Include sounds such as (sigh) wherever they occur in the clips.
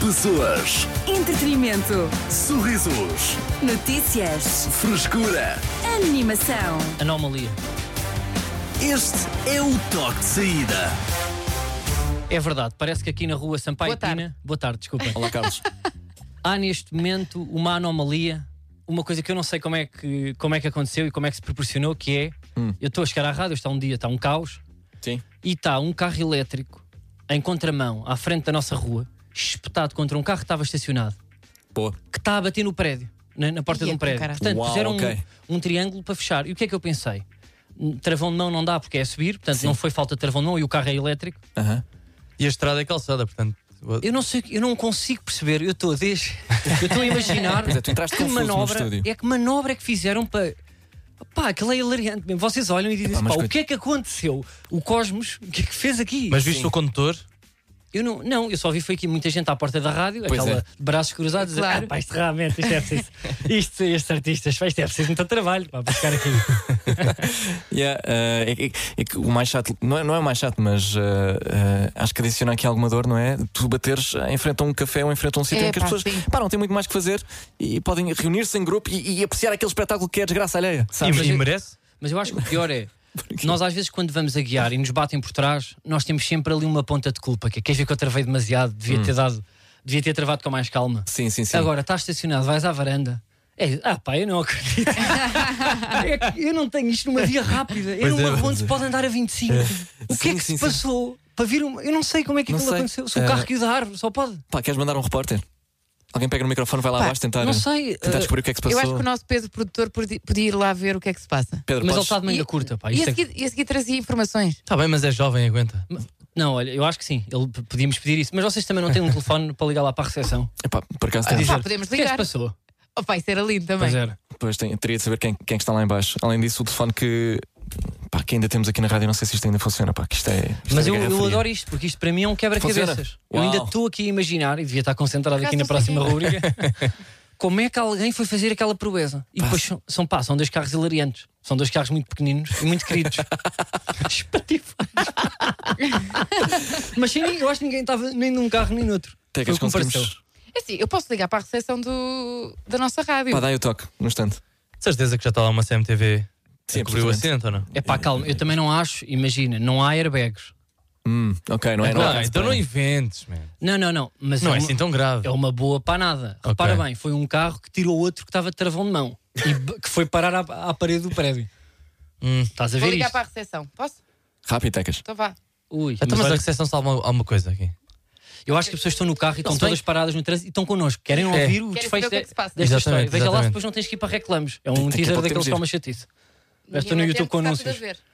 Pessoas, Entretenimento. sorrisos, Notícias. frescura. Animação. Anomalia. Este é o toque de saída. É verdade, parece que aqui na rua Sampaio Boa tarde. Pina. Boa tarde, desculpa. Olá, Carlos. (laughs) Há neste momento uma anomalia, uma coisa que eu não sei como é que, como é que aconteceu e como é que se proporcionou, que é eu estou a chegar à rádio, está um dia, está um caos, Hum. Sim. e está um carro elétrico em contramão à frente da nossa rua, espetado contra um carro que estava estacionado, Pô, que está a bater no prédio, na, na porta Ia, de um prédio. caralho. Portanto, Uau, fizeram ok. um, um triângulo para fechar. E o que é que eu pensei? Hum, Travão de mão não dá porque é a subir, portanto não foi falta de travão de mão e o carro é elétrico. aham. E a estrada é calçada, portanto. Eu não sei, eu não consigo perceber. Eu estou desde. Eu estou a imaginar (laughs) Pois é, tu entraste que confuso no manobra estúdio. é que manobra é que fizeram para. Pá, aquilo é hilariante mesmo. Vocês olham e dizem Epá, mas pá, o coit- que é que aconteceu? O cosmos, o que é que fez aqui? Mas viste o condutor? Eu não, não, eu só vi foi aqui muita gente à porta da rádio, Pois aquela é. de braços cruzados, a dizer, Claro. ah, pá, isto realmente, isto é preciso. Isto, estes artistas, pá, isto é preciso muito trabalho pá, para ficar aqui. Yeah, eh, é, que- é que o mais chato, não é, não é o mais chato, mas eh, eh, acho que adiciona aqui alguma dor, não é? Tu bateres em frente a um café ou em frente a um sítio É, em que as pá, pessoas sim. pá, não têm muito mais que fazer e podem reunir-se em grupo e, e apreciar aquele espetáculo que é a desgraça alheia. E, Sabes? Ah, mas e eu- merece? Mas eu acho que o pior é. Nós às vezes quando vamos a guiar e nos batem por trás, nós temos sempre ali uma ponta de culpa, que é, queres ver que eu travei demasiado, devia ter dado, devia ter travado com mais calma. Sim, sim, sim. Agora estás estacionado, vais à varanda. É, ah pá, eu não acredito. É que eu não tenho isto numa via rápida. Eu Pois é, numa pois rua onde se pode andar a 25. O que é Sim, que sim, se sim. passou para vir uma. Eu não sei como é que Não aquilo sei. aconteceu. Se o Eh, carro caiu da árvore, só pode. Pá, queres mandar um repórter? Alguém pega no microfone, vai lá Pá, abaixo tentar, não sei, eh, tentar descobrir o que é que se Eu passou. acho que o nosso Pedro produtor podia podia ir lá ver o que é que se passa. Pedro, Mas ele podes- está de manga E- curta, pá. E a Isto é- seguir, e a seguir trazia informações. Está bem, mas é jovem, aguenta. Não, olha, eu acho que sim. Ele, podíamos pedir isso. Mas vocês também não têm um telefone para ligar lá para a recepção. (laughs) Epá, por A acaso tem- dizer, pá, podemos O que é que se Tá ligar." passou? Oh, pá, isso era lindo também. Pois é. era. Pois tem- teria de saber quem, quem é que está lá em baixo. Além disso, o telefone que, pá, que ainda temos aqui na rádio, não sei se isto ainda funciona, pá, que isto é. isto Mas é eu, guerra eu fria. adoro isto, porque isto para mim é um quebra-cabeças. Funciona? Eu Uau. ainda estou aqui a imaginar, e devia estar concentrado Por aqui na acaso não próxima sei rubrica, (laughs) como é que alguém foi fazer aquela proeza. E depois são, são, pá, são dois carros hilariantes. São dois carros muito pequeninos e muito (laughs) queridos. Espatifados. (laughs) Mas sim, eu acho que ninguém estava nem num carro nem noutro. Até Foi o que eles que me pareceu. conseguimos. É assim, eu posso ligar para a recepção do, da nossa rádio. Pá, dá aí o toque, no instante. De certeza que já está lá uma CMTV Sim, a cobrir o absolutamente. assento ou não? É pá, calma, eu também não acho, imagina, não há airbags. Hum, ok, não é? Não, não, é caso então para- não inventes, man. Não, não, não. Mas Não é é uma- assim tão grave. É uma boa para nada. Repara bem, foi um carro que tirou outro que estava de travão de mão e b- que foi parar à, à parede do prédio. Hum. Estás a Vou ver ligar isto? para a recepção. Posso? Rápido, Tecas. Então vá. Ui, Então, mas mas a olha, recepção está alguma, alguma coisa aqui. eu acho que as pessoas estão no carro e estão se bem- todas paradas no trânsito e estão connosco. Querem ouvir o Querem desfecho saber o que é que de- se passa. desta história. Exatamente, Veja lá se exatamente. depois não tens que ir para reclamos. É um Daqui a teaser pouco daqueles temos que é uma chatice. Eu estou no Ninguém YouTube com vai ter, está tudo anúncios. a ver.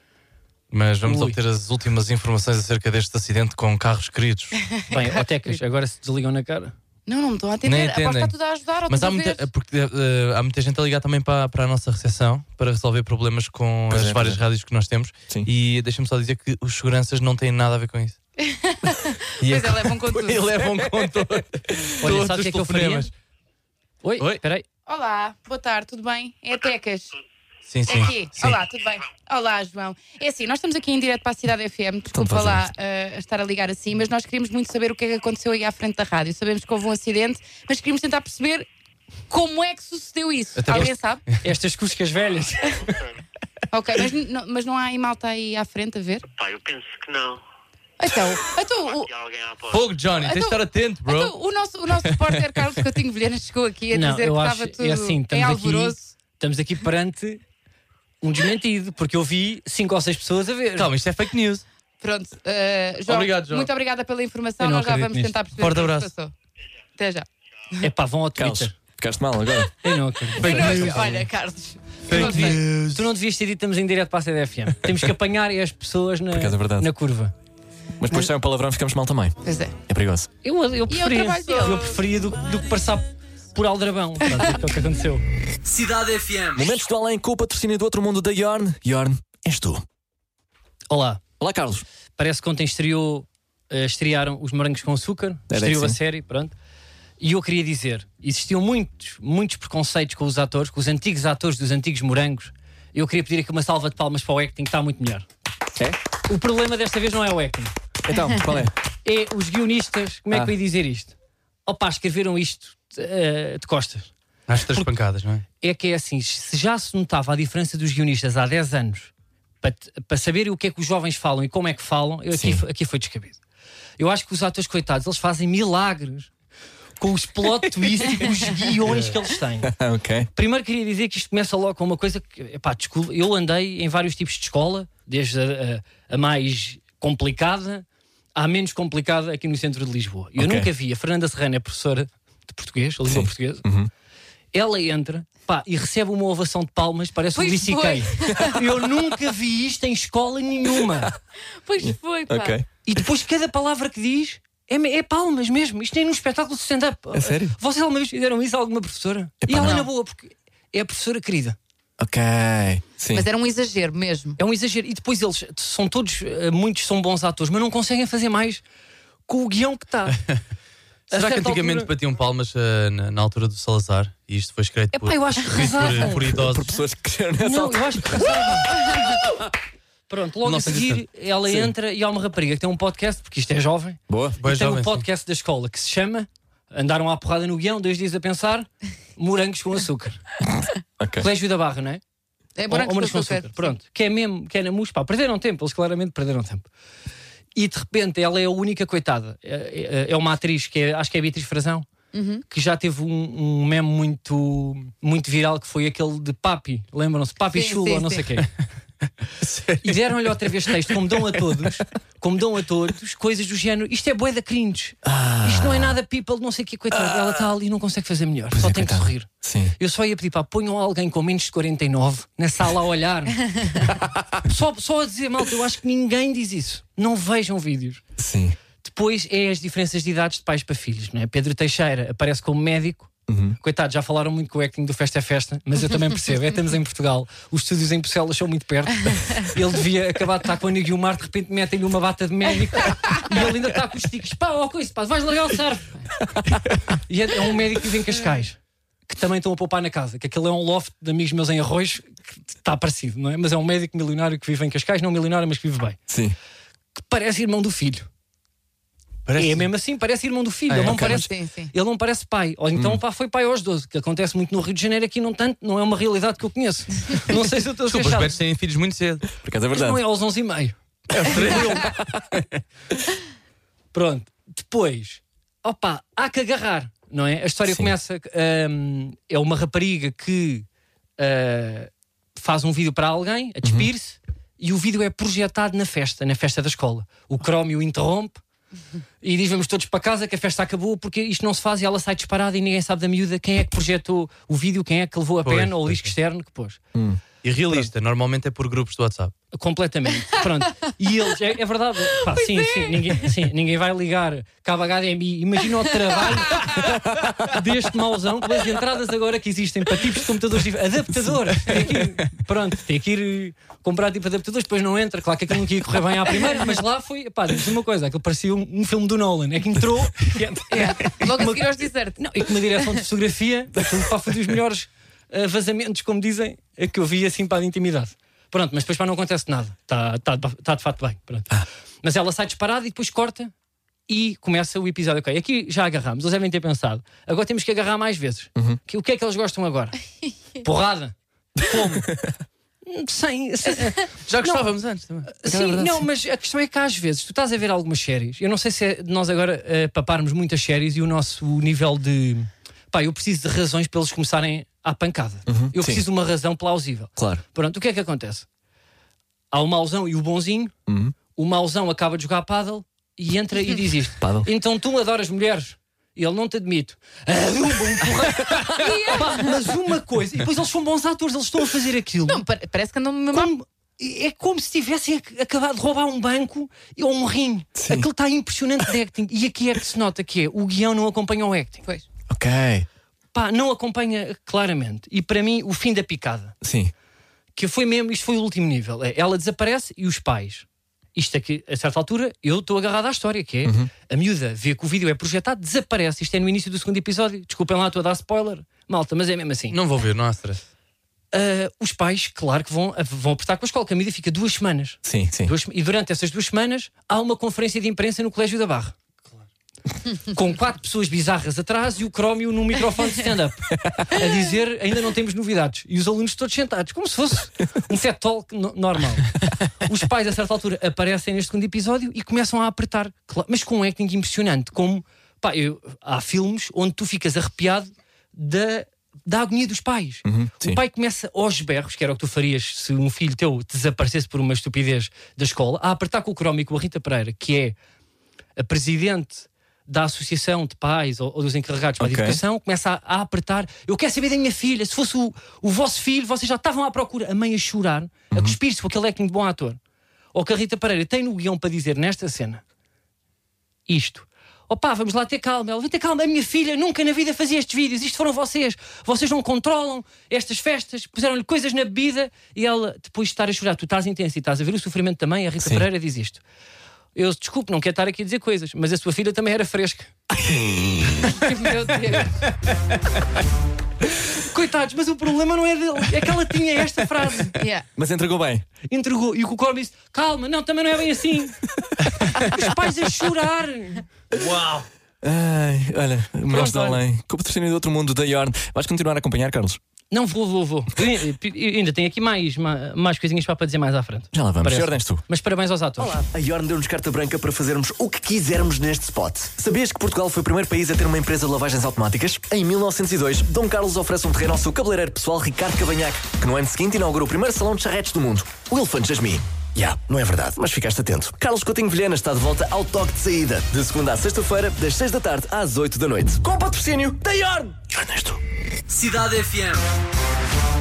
Mas vamos Ui. obter as últimas informações acerca deste acidente com (laughs) carros queridos. Bem, ó Tecas, agora se desligam na cara. Não, não me estão a atender. Nem Aposto que está atendem. tudo a ajudar. ou Mas tudo há a muita, ver. porque, eh, há muita gente a ligar também para, para a nossa recepção para resolver problemas com Pois é, as pois várias é. rádios que nós temos. Sim. E deixa-me só dizer que os seguranças não têm nada a ver com (laughs) isso. e Pois é, levam com e tudo. levam um controle. Olha, sabes o Todos que é os que eu faria? telefonemas. Oi, Oi. espera aí. Olá, boa tarde, tudo bem? É a Tecas. Sim, É sim. Aqui. sim. Olá, tudo bem? Olá, João. É assim, nós estamos aqui em direto para a Cidade FM. Desculpa Então fazemos. lá eh, a estar a ligar assim, mas nós queríamos muito saber o que é que aconteceu aí à frente da rádio. Sabemos que houve um acidente, mas queríamos tentar perceber como é que sucedeu isso. Até Alguém porque- (laughs) sabe? Estas cuscas velhas. ok, mas, n- mas não há aí malta aí à frente a ver? Pá, eu penso que não. Então, então, o, Que há alguém à porta. Fogo, Johnny, tens de Então- estar atento, bro. então o nosso, o nosso repórter Carlos Coutinho Vilhena chegou aqui a Não, dizer eu que acho- estava tudo é assim, em estamos aqui- alvoroço. Estamos aqui perante um desmentido, porque eu vi cinco ou seis pessoas a ver. Tá, Calma, isto é fake news. Pronto, eh, João, Obrigado, João. muito obrigada pela informação. Eu não Nós já acredito vamos nisto. tentar perceber Forte o que é que abraço. se passou. Até já. É pá, vão ao Carlos, Twitter. ficaste mal agora. Eu não acredito. Olha, Carlos. Fake news. Tu não devias ter dito estamos em direto para a CDFM. Temos que apanhar as pessoas na, acaso é verdade. na curva. Mas depois sai um palavrão e ficamos mal também. Pois é. É perigoso. Eu, eu preferia, trabalho dele. eu preferia do, do que passar por Aldrabão. Portanto, é o que aconteceu. Cidade FM. Momentos do além com o patrocínio do outro mundo da Yorn. Yorn, és tu. Olá, Olá, Carlos. parece que ontem estreou, eh, estrearam os Morangos com Açúcar, Deve estreou a que É sim. série, pronto. E eu queria dizer, existiam muitos, muitos preconceitos com os atores, com os antigos atores dos antigos Morangos. Eu queria pedir aqui uma salva de palmas para o acting, que está muito melhor. É? O problema desta vez não é o acting. Então, qual é? (laughs) é os guionistas, como é Ah. que eu ia dizer isto? opá, escreveram isto eh, de costas. Às três pancadas, não é? É que é assim, se já se notava a diferença dos guionistas há 10 anos para, te- para saber o que é que os jovens falam e como é que falam, eu aqui, Sim. fo- aqui foi descabido. Eu acho que os atores coitados, eles fazem milagres com os plot twists e com os guiões que eles têm. Ah, ok. Primeiro queria dizer que isto começa logo com uma coisa que, epá, desculpa, eu andei em vários tipos de escola, desde a, a- a mais complicada à menos complicada aqui no centro de Lisboa. E Eu Ok. nunca vi, a Fernanda Serrano é professora de português, a língua portuguesa. Uhum. Ela entra pá, e recebe uma ovação de palmas, parece um Pois DCK. Eu nunca vi isto em escola nenhuma. Pois foi, pá. Ok. E depois cada palavra que diz é, me- é palmas mesmo. Isto nem num espetáculo de stand-up. É sério? Vocês alguma vez fizeram isso a alguma professora? Epá, e ela não. na boa, porque é a professora querida. Ok. Sim. Mas era um exagero mesmo. É um exagero. E depois eles são todos, eh, muitos são bons atores, mas não conseguem fazer mais com o guião que (laughs) está. Será que antigamente (laughs) batiam palmas ah, na, na altura do Salazar? E isto foi escrito por, Epá, eu acho que por- eh, rezava. por idosos. Por pessoas que cresceram nessa Não, altura. eu acho que rezava. (laughs) Pronto, logo Nossa, a seguir ela entra e há uma rapariga que tem um podcast, porque isto é jovem, Boa. Boa e tem jovem, um podcast da escola que se chama Andaram à porrada no guião, dois dias a pensar, morangos com (laughs) açúcar. Ok. Colégio da Barra, não é? É Ou- ou branco morangos com açúcar. Pronto, que é mesmo, que é na mus, pá, perderam tempo, eles claramente perderam tempo. E de repente ela é a única coitada. É, é- é uma atriz que é- acho que é a Beatriz Frazão, Uhum. que já teve um, um meme muito, muito viral que foi aquele de Papi, lembram-se? Papi Sim, Chulo sim, ou não sim. sei (laughs) quem. E deram-lhe outra vez texto, como dão a todos, como dão a todos, coisas do género. Isto é bué da cringe. Isto Ah. não é nada people, não sei o que, coitada. Ela está ali e não consegue fazer melhor. Só é, tem que coitada. sorrir. Sim. Eu só ia pedir, pá, ponham alguém com menos de 49 na sala a olhar. só, só a dizer, malta, eu acho que ninguém diz isso. Não vejam vídeos. Sim. Depois é as diferenças de idades de pais para filhos, não é? Pedro Teixeira aparece como médico. Coitado, já falaram muito com o acting do Festa é Festa, mas eu também percebo. É, estamos em Portugal, os estúdios em Bruxelas são muito perto. Ele devia acabar de estar com a Ana Guilmar, de repente metem-lhe uma bata de médico e ele ainda está com os tiques. Pá, ó, coisa, pá, vais largar o surf. E é é um médico que vive em Cascais, que também estão a poupar na casa, que aquele é um loft de amigos meus em Arroz, que está parecido, não é? Mas é um médico milionário que vive em Cascais, não milionário, mas que vive bem, Sim. que parece irmão do filho. Parece- É mesmo assim, parece irmão do filho. Ah, é, ele, não ok. Hum. parece, (laughs) Sim, sim. ele não parece pai. Ou então pá, foi pai aos 12, que acontece muito no Rio de Janeiro, aqui não tanto, não é uma realidade que eu conheço. (laughs) Não sei se eu estou a ser Desculpa, os chato. betos têm filhos muito cedo. Por acaso é Mas não é verdade. aos 11 e meio. (laughs) Pronto. Depois, opa, há que agarrar, não é? A história Sim. começa. hum, é uma rapariga que ah, faz um vídeo para alguém, a despir-se, e o vídeo é projetado na festa, na festa da escola. O Crómio interrompe e diz: Vamos todos para casa que a festa acabou porque isto não se faz e ela sai disparada e ninguém sabe da miúda quem é que projetou o vídeo, quem é que levou a Pois, pena ou o pois, disco pois. externo que pôs. E realista, normalmente é por grupos do WhatsApp. Completamente. Pronto. E eles, é, é verdade. Pá, sim, sim, ninguém, sim, ninguém vai ligar. Cabo HDMI. Imagina o trabalho deste mauzão com as entradas agora que existem para tipos de computadores diferentes. Adaptadores. Tem que ir, pronto, tem que ir eh, comprar tipo adaptadores, depois não entra. Claro que aquilo não ia correr bem à primeira, mas lá foi. Pá, diz uma coisa, aquilo parecia um, um filme do Nolan. É que entrou. Logo a seguir aos desertos. Não, e com uma direção de fotografia, (laughs) aquilo pá, foi dos melhores eh, vazamentos, como dizem, eh, que eu vi assim para a intimidade. Pronto, mas depois pá, não acontece nada. Está tá, tá de facto bem. Pronto. Mas ela sai disparada e depois corta e começa o episódio. Ok, aqui já agarramos, eles devem ter pensado. Agora temos que agarrar mais vezes. Que, o que é que eles gostam agora? Porrada. Como? Hum, Sem, sem, Já gostávamos antes também. Sim, não, mas a questão é que às vezes tu estás a ver algumas séries. Eu não sei se é de nós agora eh, paparmos muitas séries e o nosso nível de. Pá, eu preciso de razões para eles começarem à pancada. eu sim. preciso de uma razão plausível. Claro. Pronto, o que é que acontece? Há o mauzão e o bonzinho. O mauzão acaba de jogar pádel e entra e diz isto. Pádel. Então tu adoras mulheres? E ele não te admite. Arruma um porra- Pá, mas uma coisa, e depois eles são bons atores, eles estão a fazer aquilo. Não, pa- parece que andam me Como- é como se tivessem ac- acabado de roubar um banco ou um rim. Aquilo está impressionante de acting. E aqui é que se nota que é, o guião não acompanha o acting. Pois. Ok. Pá, não acompanha claramente. E para mim, o fim da picada. Sim. Que foi mesmo, isto foi o último nível. É, Ela desaparece e os pais. Isto aqui, a certa altura, eu estou agarrado à história, que é a miúda vê que o vídeo é projetado, desaparece. Isto é no início do segundo episódio. Desculpem lá, estou a dar spoiler. Malta, mas é mesmo assim. Não vou ver, não há stress. Ah, os pais, claro que vão, vão apertar com a escola, que a miúda fica duas semanas. Sim, sim. Duas- e durante essas duas semanas há uma conferência de imprensa no Colégio da Barra. com quatro pessoas bizarras atrás e o crómio num microfone de stand-up a dizer ainda não temos novidades. E os alunos todos sentados, como se fosse um set talk no- normal. Os pais, a certa altura, aparecem neste segundo episódio e começam a apertar, Cla- mas com um acting impressionante. Como pá, eu- há filmes onde tu ficas arrepiado da. Da agonia dos pais. sim. o pai começa aos berros, que era o que tu farias se um filho teu desaparecesse por uma estupidez da escola, a apertar com o crómico a Rita Pereira, que é a presidente da associação de pais ou, ou dos encarregados para Ok. a educação começa a, a apertar. Eu quero saber da minha filha. Se fosse o, o vosso filho, vocês já estavam à procura. A mãe a chorar, a cuspir-se com aquele acting de bom ator. Ou que a Rita Pereira tem no guião para dizer nesta cena isto. Opá, vamos lá ter calma. Ela, ter calma, a minha filha nunca na vida fazia estes vídeos. Isto foram vocês. Vocês não controlam estas festas, puseram-lhe coisas na bebida e ela, depois de estar a chorar, tu estás intensa e estás a ver o sofrimento também. A Rita Pereira diz isto. Eu, desculpe, não quero estar aqui a dizer coisas, mas a sua filha também era fresca. Meu Deus. Coitados, mas o problema não é dele, é que ela tinha esta frase. Yeah. Mas entregou bem. Entregou. E o Cocor disse: calma, não, também não é bem assim. Os pais a chorar. Ai, olha, mais de olha. além. Com o patrocínio do outro mundo, da Yorn. Vais continuar a acompanhar, Carlos? Não vou, vou, vou. Eu- eu- eu ainda tenho aqui mais, ma- mais coisinhas para dizer mais à frente. Já lá vamos. Parece. Que ordens tu? Mas parabéns aos atores. A Yorn deu-nos carta branca para fazermos o que quisermos neste spot. Sabias que Portugal foi o primeiro país a ter uma empresa de lavagens automáticas? Em 1902, Dom Carlos oferece um terreno ao seu cabeleireiro pessoal Ricardo Cavanhaque, que no ano seguinte inaugura o primeiro salão de charretes do mundo, o Elefante Jasmine. Já, não é verdade, mas ficaste atento. Carlos Coutinho Vilhena está de volta ao toque de saída, de segunda à sexta-feira, das 6 da tarde às 8 da noite. Com o patrocínio da Yorn! Ernesto. Cidade FM.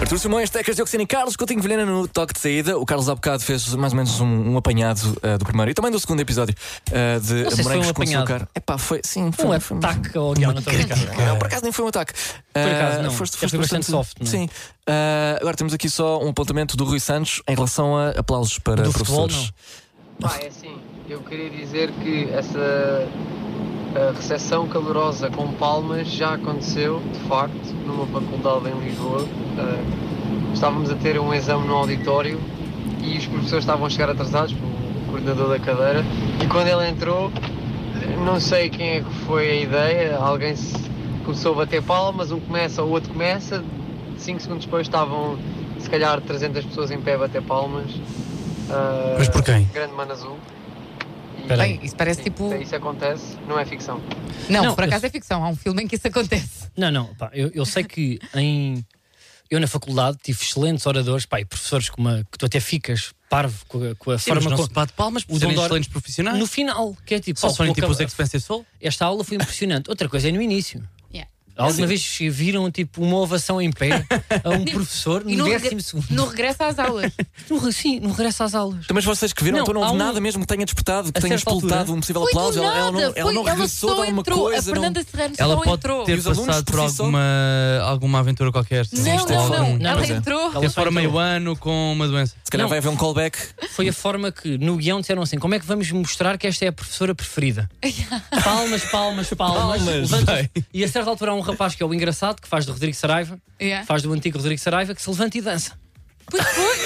Artur Simões, Tecas Dioxina e Carlos Coutinho Vilhena no toque de saída. O Carlos há bocado fez mais ou menos um, um apanhado eh, ah, do primeiro e também do segundo episódio ah, de sei se foi Morangos um com apanhado. Açúcar. Epá, foi, sim, foi Um foi ataque ao guião, não estou a brincar. Não, por acaso nem foi um ataque. acaso Ah, não. Foste, Esta foste foi bastante soft, não é? Sim. Ah, agora temos aqui só um apontamento do Rui Santos em relação a aplausos para Do futebol, professores. Pá, é assim, eu queria dizer que essa a recepção calorosa com palmas já aconteceu, de facto, numa faculdade em Lisboa. Ah, estávamos a ter um exame no auditório e os professores estavam a chegar atrasados, o coordenador da cadeira, e quando ele entrou, não sei quem é que foi a ideia, alguém se- começou a bater palmas, um começa, o outro começa, cinco segundos depois estavam se calhar 300 pessoas em pé a bater palmas. Ah, Mas por quem? Grande Mano Azul. E- Espera aí. Bem, isso parece Sim, tipo. Isso acontece, não é ficção. Não, Não, por acaso eu- é ficção. Há um filme em que isso acontece. Não, não, pá, eu, eu sei que em. Eu na faculdade tive excelentes oradores, pá, e professores com uma, que tu até ficas parvo com a, com a Sim, mas forma não como. se bate palmas por o serem Dom Dor- excelentes profissionais. No final, que é tipo. Só pá, se forem o tipo Cabo- os Expensive Soul. Esta aula foi impressionante. Outra coisa é no início. Yeah. É assim. Alguma vez viram tipo uma ovação em pé a (laughs) um professor E no não, décimo regre... segundo? não regressa às aulas. No re- Sim, não regresso às aulas. Mas vocês que viram, Não, então não há houve um- nada mesmo que tenha despertado, que A tenha certa explotado altura- um possível (laughs) Foi aplauso. do Ela, nada. ela não, foi, ela não regressou de só alguma entrou. coisa. A não- Fernanda Serrano só Ela pode Então entrou. ter E os alunos passado por por si só? alguma, alguma aventura qualquer. Não, não, foi- um- não. não, Ela mas é. entrou. Ela Ter só fora meio entrou. ano com uma doença. Se calhar Não. vai haver um callback. Foi a forma que no guião disseram assim: como é que vamos mostrar que esta é a professora (laughs) preferida? Palmas, palmas, palmas. Palmas, Levanta-se. bem. E a certa altura há um rapaz que é o engraçado, que faz do Rodrigo Saraiva, Yeah. faz do antigo Rodrigo Saraiva, que se levanta e dança. Pois foi,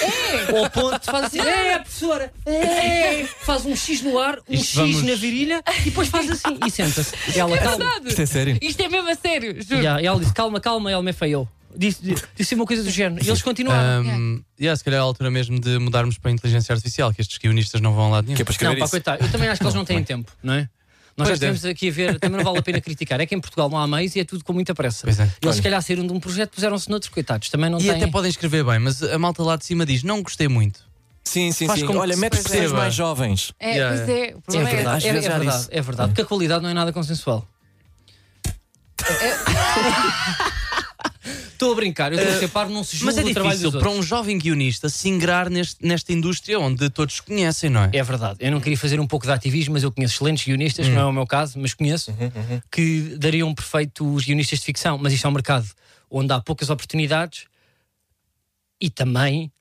é. Ao ponto de fazer assim: é, professora, é. (laughs) Faz um X no ar, um X Isto vamos- na virilha e depois faz assim e senta-se. E Ela, calma. Verdade. Isto é sério. Isto é mesmo a sério, juro. E a- e ela disse: calma, calma, ela me falhou. Disse, disse uma coisa do género. E eles continuaram. Um, yeah, se calhar é a altura mesmo de mudarmos para a inteligência artificial, que estes guionistas não vão lá nenhum. Que é para escrever Não, pá, isso. coitado. Eu também acho que eles não têm tempo, não é? Nós já Pois é. estivemos aqui a ver, também não vale a pena criticar. É que em Portugal não há meios e é tudo com muita pressa. Pois é. Eles, Olha. se calhar, saíram de um projeto, puseram-se noutros, coitados. Também não E têm. até podem escrever bem, mas a malta lá de cima diz: Não gostei muito. Sim, sim, Faz sim. com que Olha, se mete pessoas perceba. mais jovens. É, Yeah. pois é. O É problema é, verdade, é, vezes é já verdade, disse. é verdade. Porque a qualidade não é nada consensual. É. (laughs) Estou a brincar, eu estou a ser parvo, não se julga Mas é o trabalho difícil dos para outros. um jovem guionista se ingrar neste- nesta indústria onde todos conhecem, não é? É verdade, eu não queria fazer um pouco de ativismo, mas eu conheço excelentes guionistas, Hum. não é o meu caso, mas conheço, Uhum, que dariam perfeito os guionistas de ficção. Mas isto é um mercado onde há poucas oportunidades e também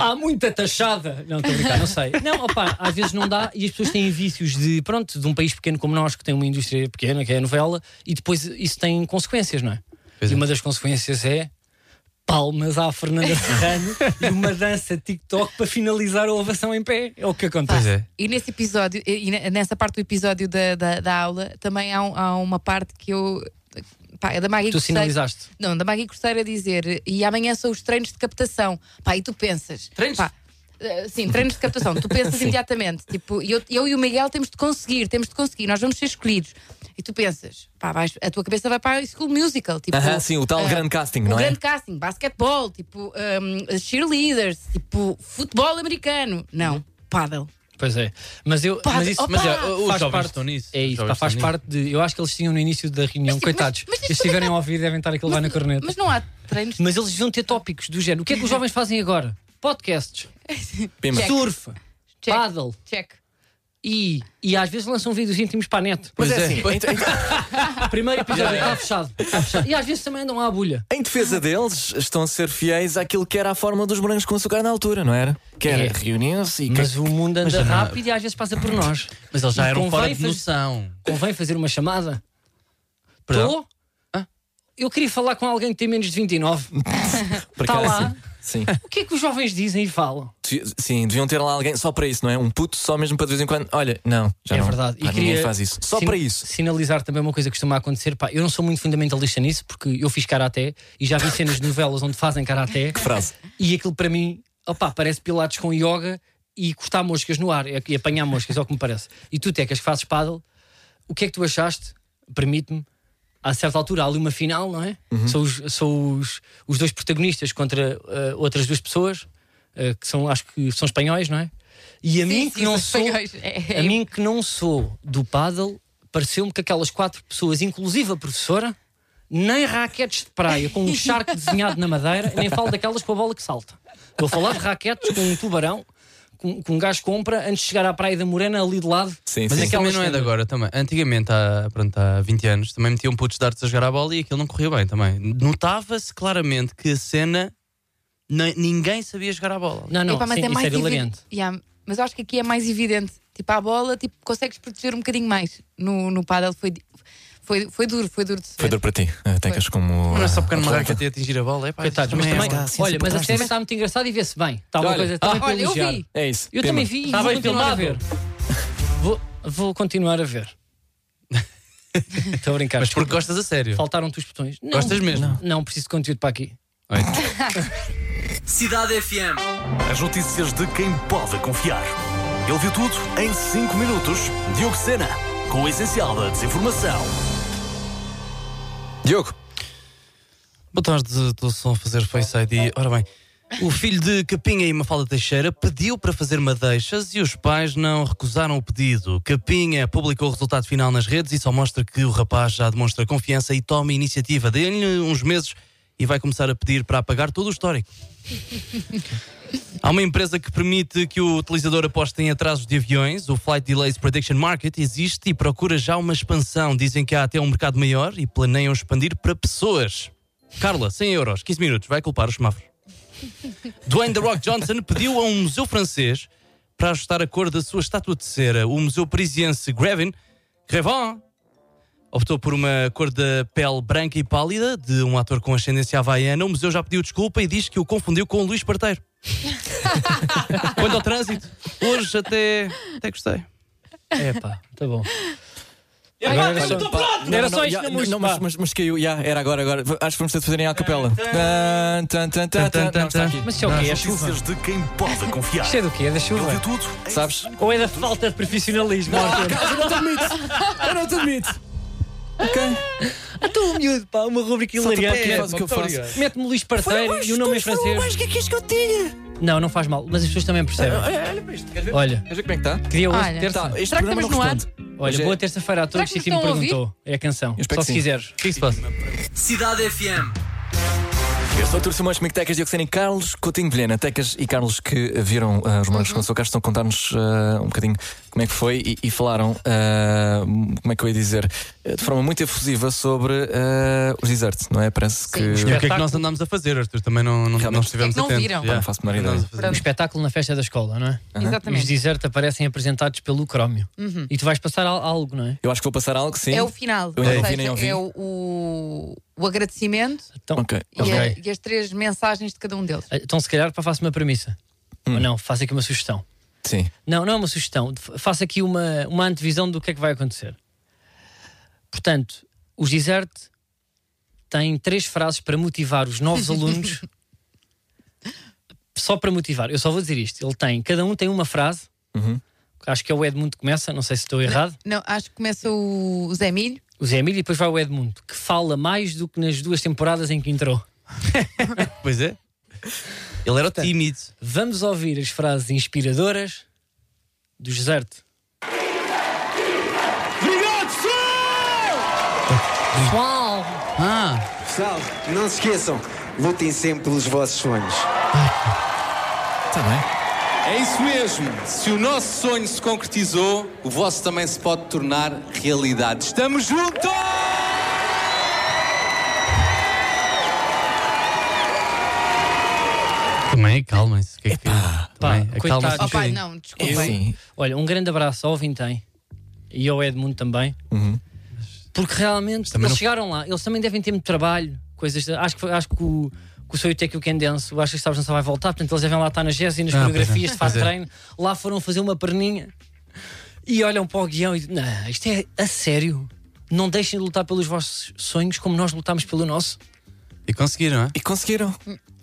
há muita taxada. Não, estou a brincar, não sei. Não, opá, às vezes não dá e as pessoas têm vícios de, pronto, de um país pequeno como nós, que tem uma indústria pequena, que é a novela, e depois isso tem consequências, não é? Pois e é. uma das consequências é palmas à (laughs) Fernanda Serrano e uma dança TikTok para finalizar a ovação em pé. É o que Pois acontece. é. E nesse episódio, e ne- nessa parte do episódio da, da, da aula, também há, um- há uma parte que eu. Pá, é da Maggie Tu Cruzeiro- sinalizaste. Não, da Maggie Corseiro a dizer e amanhã são os treinos de captação. Pá, e tu pensas. Treinos? pá, eh, Sim, treinos de captação. (laughs) Tu pensas imediatamente, tipo, eu, eu e o Miguel temos de conseguir, temos de conseguir, nós vamos ser escolhidos. E tu pensas, pá, vais, a tua cabeça vai para a School Musical, tipo, Aham, sim, o tal ah, grande casting, um não é? grande casting, basquetebol, tipo, hum, cheerleaders, tipo, futebol americano. Uhum. Não, pádel. Pois é. Mas eu. Pá, mas isso, opa! Mas Pá, é, os faz jovens parte- estão nisso. É Os isso, jovens pá, faz estão nisso. parte de. Eu acho que eles tinham no início da reunião, Mas- coitados. mas- mas eles isto estiverem também a ouvir, devem estar aquele lá na corneta. Mas não há treinos. Mas eles deviam ter tópicos do género. O que é que os jovens fazem agora? Podcasts, Pima. Check. surf, Check. paddle Check. e, e às vezes lançam vídeos íntimos para a net. Mas Pois é é. assim, em, Primeiro episódio está fechado, está fechado. E às vezes também andam à agulha. em defesa deles, estão a ser fiéis àquilo que era a forma dos morangos com açúcar na altura, não era? Que era É. reunir-se e Mas que- o mundo Mas anda já não- é. rápido e às vezes passa por nós. Mas eles já Mas eram convém fora de fazer- noção. Convém fazer uma chamada? Perdão? Tô? Eu queria falar com alguém que tem menos de 29. para tá cá, lá. assim. Sim. O que é que os jovens dizem e falam? Sim. Sim, deviam ter lá alguém só para isso, não é? Um puto só mesmo para de vez em quando. Olha, não, já é não. verdade. Pá, Ninguém faz isso. Só sin- para isso. Sinalizar também uma coisa que costuma acontecer. Pá, eu não sou muito fundamentalista nisso, porque eu fiz karaté e (laughs) já vi cenas de novelas onde fazem karaté. Frase. E aquilo para mim, opá, parece pilates com yoga e cortar moscas no ar e apanhar moscas, é o que me parece. E tu, Tecas, que fazes paddle, o que é que tu achaste? Permite-me. A certa altura há ali uma final, não é? Uhum. São, os, são os, os dois protagonistas contra eh, outras duas pessoas, eh, que são, acho que são espanhóis, não é? E a mim sim, que não são sou. espanhóis. É, é. A mim que não sou do paddle, pareceu-me que aquelas quatro pessoas, inclusive a professora, nem raquetes de praia com (laughs) um charco desenhado na madeira, nem falo daquelas com a bola que salta. Estou a falar de raquetes com um tubarão com, um gajo compra antes de chegar à Praia da Morena ali de lado. Sim, Mas sim. isso também não é de cenas. agora também. Antigamente, há, pronto, há 20 anos, também metiam putos de artes a jogar a bola e aquilo não corria bem também. Notava-se claramente que a cena nem- ninguém sabia jogar a bola. Não, não, Epá, mas sim, é isso mais era hilariante. evidente. Yeah, mas eu acho que aqui é mais evidente. Tipo, à bola, tipo, consegues proteger um bocadinho mais. No, no pádel foi, di- foi, foi duro, foi duro de se Foi ver. duro para ti. Eh, Tecas como. Não é só ah, pegar numa atleta. raquete e atingir a bola. É, pá, Coitados, mas também, assim, é- sim, olha, sim, mas a portaste-se. série está muito engraçada e vê-se bem. Está uma Olha, coisa também para olha, eu elogiar. vi. É isso. Eu Pima. também vi e Está vou bem continuar a ver. filmado. Vou, vou continuar a (laughs) ver. Estou a brincar. Mas desculpa. porque gostas a sério. Faltaram-te os botões. Não, Gostas mesmo? Não, preciso de conteúdo para aqui. Cidade FM. As notícias de quem pode confiar. Ele viu tudo em 5 minutos. Diogo Sena, com o essencial da desinformação. Diogo. Boa tarde, estou só a fazer Face ID. Ora bem, o filho de Capinha e Mafalda Teixeira pediu para fazer madeixas e os pais não recusaram o pedido. Capinha publicou o resultado final nas redes e só mostra que o rapaz já demonstra confiança e toma a iniciativa. Dê-lhe uns meses e vai começar a pedir para apagar todo o histórico. Há uma empresa que permite que o utilizador aposte em atrasos de aviões. O Flight Delays Prediction Market existe e procura já uma expansão. Dizem que há até um mercado maior e planeiam expandir para pessoas. Carla, 100 euros, 15 minutos, vai culpar os semáforos. Dwayne The Rock Johnson pediu a um museu francês para ajustar a cor da sua estátua de cera. O museu parisiense Grevin, Grevin optou por uma cor da pele branca e pálida de um ator com ascendência havaiana. O museu já pediu desculpa e diz que o confundiu com o Luís Parteiro. Quanto ao trânsito, hoje até, até gostei. É pá, tá bom. Olha, pá, não, Era não, só não, isto já, na música, não, mas, pá. mas, mas caiu, já, era agora, agora. Acho que vamos ter de fazer em capela. Tan, tan, tan, tan, tan. Não, está aqui. Mas isso é o quê? É As chuva? notícias de quem pode confiar. Isto é do quê? É da Ele viu chuva? tudo em Sabes? Ou é da falta de profissionalismo? Arthur? Eu Ah, não te admito! Eu não te admito! Ok? Então, miúdo, pá, uma rubrica Tu hilariante. fazes o que eu faço. Mete-me Luís Parteiro e o nome em francês. que é que és que Ah, eu tinha? Não, não faz mal, mas as pessoas também percebem. Olha para isto, queres ver? Olha, Queres ver como é que está? que dia hoje Olha. terça? Tá, este Será que programa estamos não no responde. Olha, Hoje é- boa terça-feira a todos. Será Titi que me nos estão a perguntou. É a canção. Só espero que se sim. quiseres. O que é que se passa? Cidade FM. Eu sou Artur Simões, comigo Tecas, Dioxena e Carlos Coutinho de Vilhena. Tecas e Carlos que viram ah, os Morangos com Açúcar estão a contar-nos ah, um bocadinho como é que foi e, e falaram, ah, como é que eu ia dizer, eh, de forma muito efusiva sobre ah, os desertos, não é? Parece que... E o que é que nós andámos a fazer, Arthur? Também não, não, não Realmente. estivemos É que não atentos. viram. Já. Não faço a menor Andámos ideia. a fazer. Um espetáculo na festa da escola, não é? E os Exatamente. Uhum. desertos aparecem apresentados pelo Crómio. E tu vais passar al- algo, não é? Eu acho que vou passar algo, sim. É o final. Eu ainda não Ou vi, seja, nem ouvi. é o, o, o agradecimento Então, Ok. e a- Ok. e, as três mensagens de cada um deles. então se calhar, para faço uma premissa. Hum. Ou não, faço aqui uma sugestão. Sim. Não, não é uma sugestão. F- Faço aqui uma, uma antevisão do que é que vai acontecer. Portanto, os Desert têm três frases para motivar os novos alunos. Só para motivar, eu só vou dizer isto. Ele tem, cada um tem uma frase. Acho que é o Edmundo que começa, não sei se estou errado. Não, acho que começa o, o Zé Milho. O Zé Emílio e depois vai o Edmundo, que fala mais do que nas duas temporadas em que entrou. Pois é. Ele era tímido. Vamos ouvir as frases inspiradoras do Desert. Ah, Pessoal! Ah, Pessoal, não se esqueçam, lutem sempre pelos vossos sonhos. Tá Está bem. É isso mesmo. Se o nosso sonho se concretizou, o vosso também se pode tornar realidade. Estamos juntos! também acalmem-se. O que é que Também, Pá, acalmem-se coitado. um Oh, pai, bocadinho. não, desculpem. Sim. Olha, um grande abraço ao Vintem e ao Edmundo também. Porque realmente Uhum. também eles não- chegaram lá, eles também devem ter muito trabalho, coisas. Acho que, foi- acho que o, que o seu Tech e o Ken Dance, o Acho que Sabes Não Só Vai Voltar, portanto eles devem lá estar nas jazz e nas Ah, pois é, coreografias de faz pois é. treino. Lá foram fazer uma perninha e olham para o guião e dizem: Não, isto é a sério. Não deixem de lutar pelos vossos sonhos como nós lutámos pelo nosso. E conseguiram, não é? E conseguiram.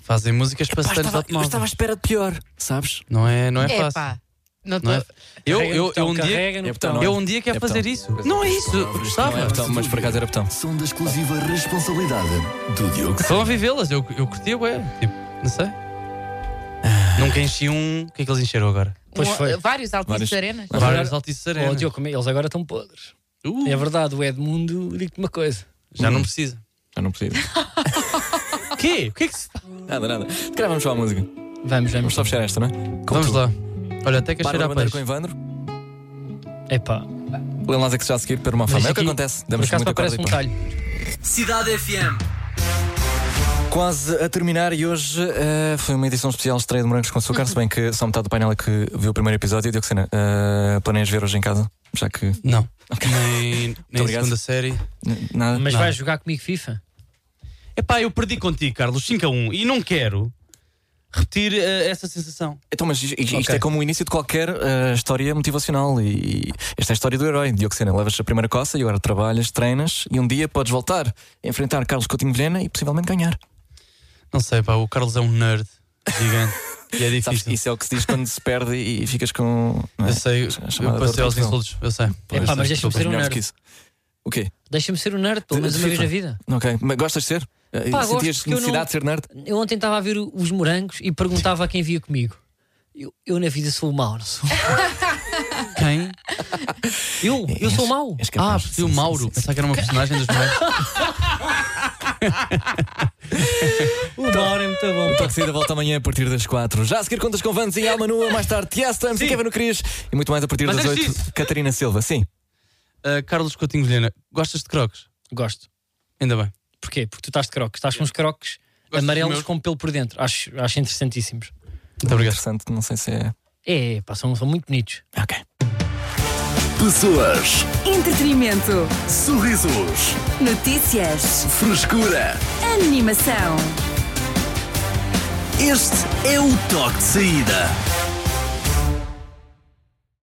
Fazem músicas para Pá, stands estava- eu estava à automóveis. espera de pior, sabes? Não é, não é É fácil. pá. Não Não é- tô- Eu, Carrega no eu, eu botão, um dia, carrega no É botão. botão, eu um dia quero É botão. fazer isso. Não é isso. Eu Não é gostava. botão, mas por acaso era botão. Sonda exclusiva responsabilidade do Diogo. Estão a vivê-las. Eu, eu curti, ué. Tipo, não sei. Nunca enchi um. O que é que eles encheram agora? Pois um- foi. Vários altos Vários. arenas. Vários altices de Oh, arena. Diogo, como é- eles agora estão podres. Uh, É verdade, o Edmundo, digo-te uma coisa. já não precisa. Já não (laughs) podia. O quê? O que é que se... Nada, nada. Se calhar vamos para a música. Vamos, Vamos vamos. só fechar esta, não é? Com Vamos tudo. lá. Olha, até que cheira Bárbara a Bandeira com peixe. Evandro. Epá, Lil Nas X já a seguir para uma Mas fama. É o que aqui, acontece. por Damos acaso muita me parece corda um e pronto. talho. Cidade FM. Quase a terminar e hoje eh, foi uma edição especial de estreia de Morangos com Açúcar. Se bem que só metade do painel é que viu o primeiro episódio. Diogo Sena, eh, planeias ver hoje em casa? Já que. Não. Nem, nem obrigado. segunda série. n- Nada. Mas Nada. vais jogar comigo FIFA? Epá, eu perdi contigo, Carlos, 5 a 1 e não quero repetir eh, essa sensação. Então, mas i- i- isto Ok. é como o início de qualquer eh, história motivacional. E esta é a história do herói. Diogo Sena, levas a primeira coça e agora trabalhas, treinas e um dia podes voltar, enfrentar Carlos Coutinho Vilhena e possivelmente ganhar. Não sei, pá, o Carlos é um nerd gigante e é Sabes, difícil. isso é o que se diz quando se perde e, e ficas com. não é? Eu sei, A eu chamada passei dor aos de pressão. insultos, eu sei. Pois, Epá, mas deixa-me sabes, desculpa, é ser um melhores nerd. que isso. O quê? Deixa-me ser um nerd, pelo De- menos de uma vez na FIFA. vida. Ok, mas gostas de ser? Eh, Pá, gosto, Sentias porque eu necessidade não- de ser (laughs) nerd? Eu ontem estava a ver o- os morangos e perguntava a quem via comigo. Eu, eu na vida sou o (laughs) mau, não sou? Quem? Eu, eu sou o mau. És capaz. Ah, percebi o Sim, sim, Mauro. sim, sim. Pensava que era uma personagem (laughs) dos meus. O mau é muito bom. Um Toque de saída volta amanhã a partir das 4. Já a seguir contas com (laughs) Vans e Alma Nua, mais tarde Tiesto, MC Kevin no Cris e muito mais a partir Mas das é 8. X. Catarina Silva, sim. Ah, Carlos Coutinho Vilhena, gostas de croques? Gosto. Ainda bem. Porquê? Porque tu estás de croques. Estás com uns croques dos amarelos meus. com pelo por dentro. Acho, acho interessantíssimos. Muito obrigado. Interessante, não sei se é. É, pá, são, são muito bonitos. Ok. Pessoas, Entretenimento. sorrisos, Notícias. frescura. Animação. Este é o toque de saída.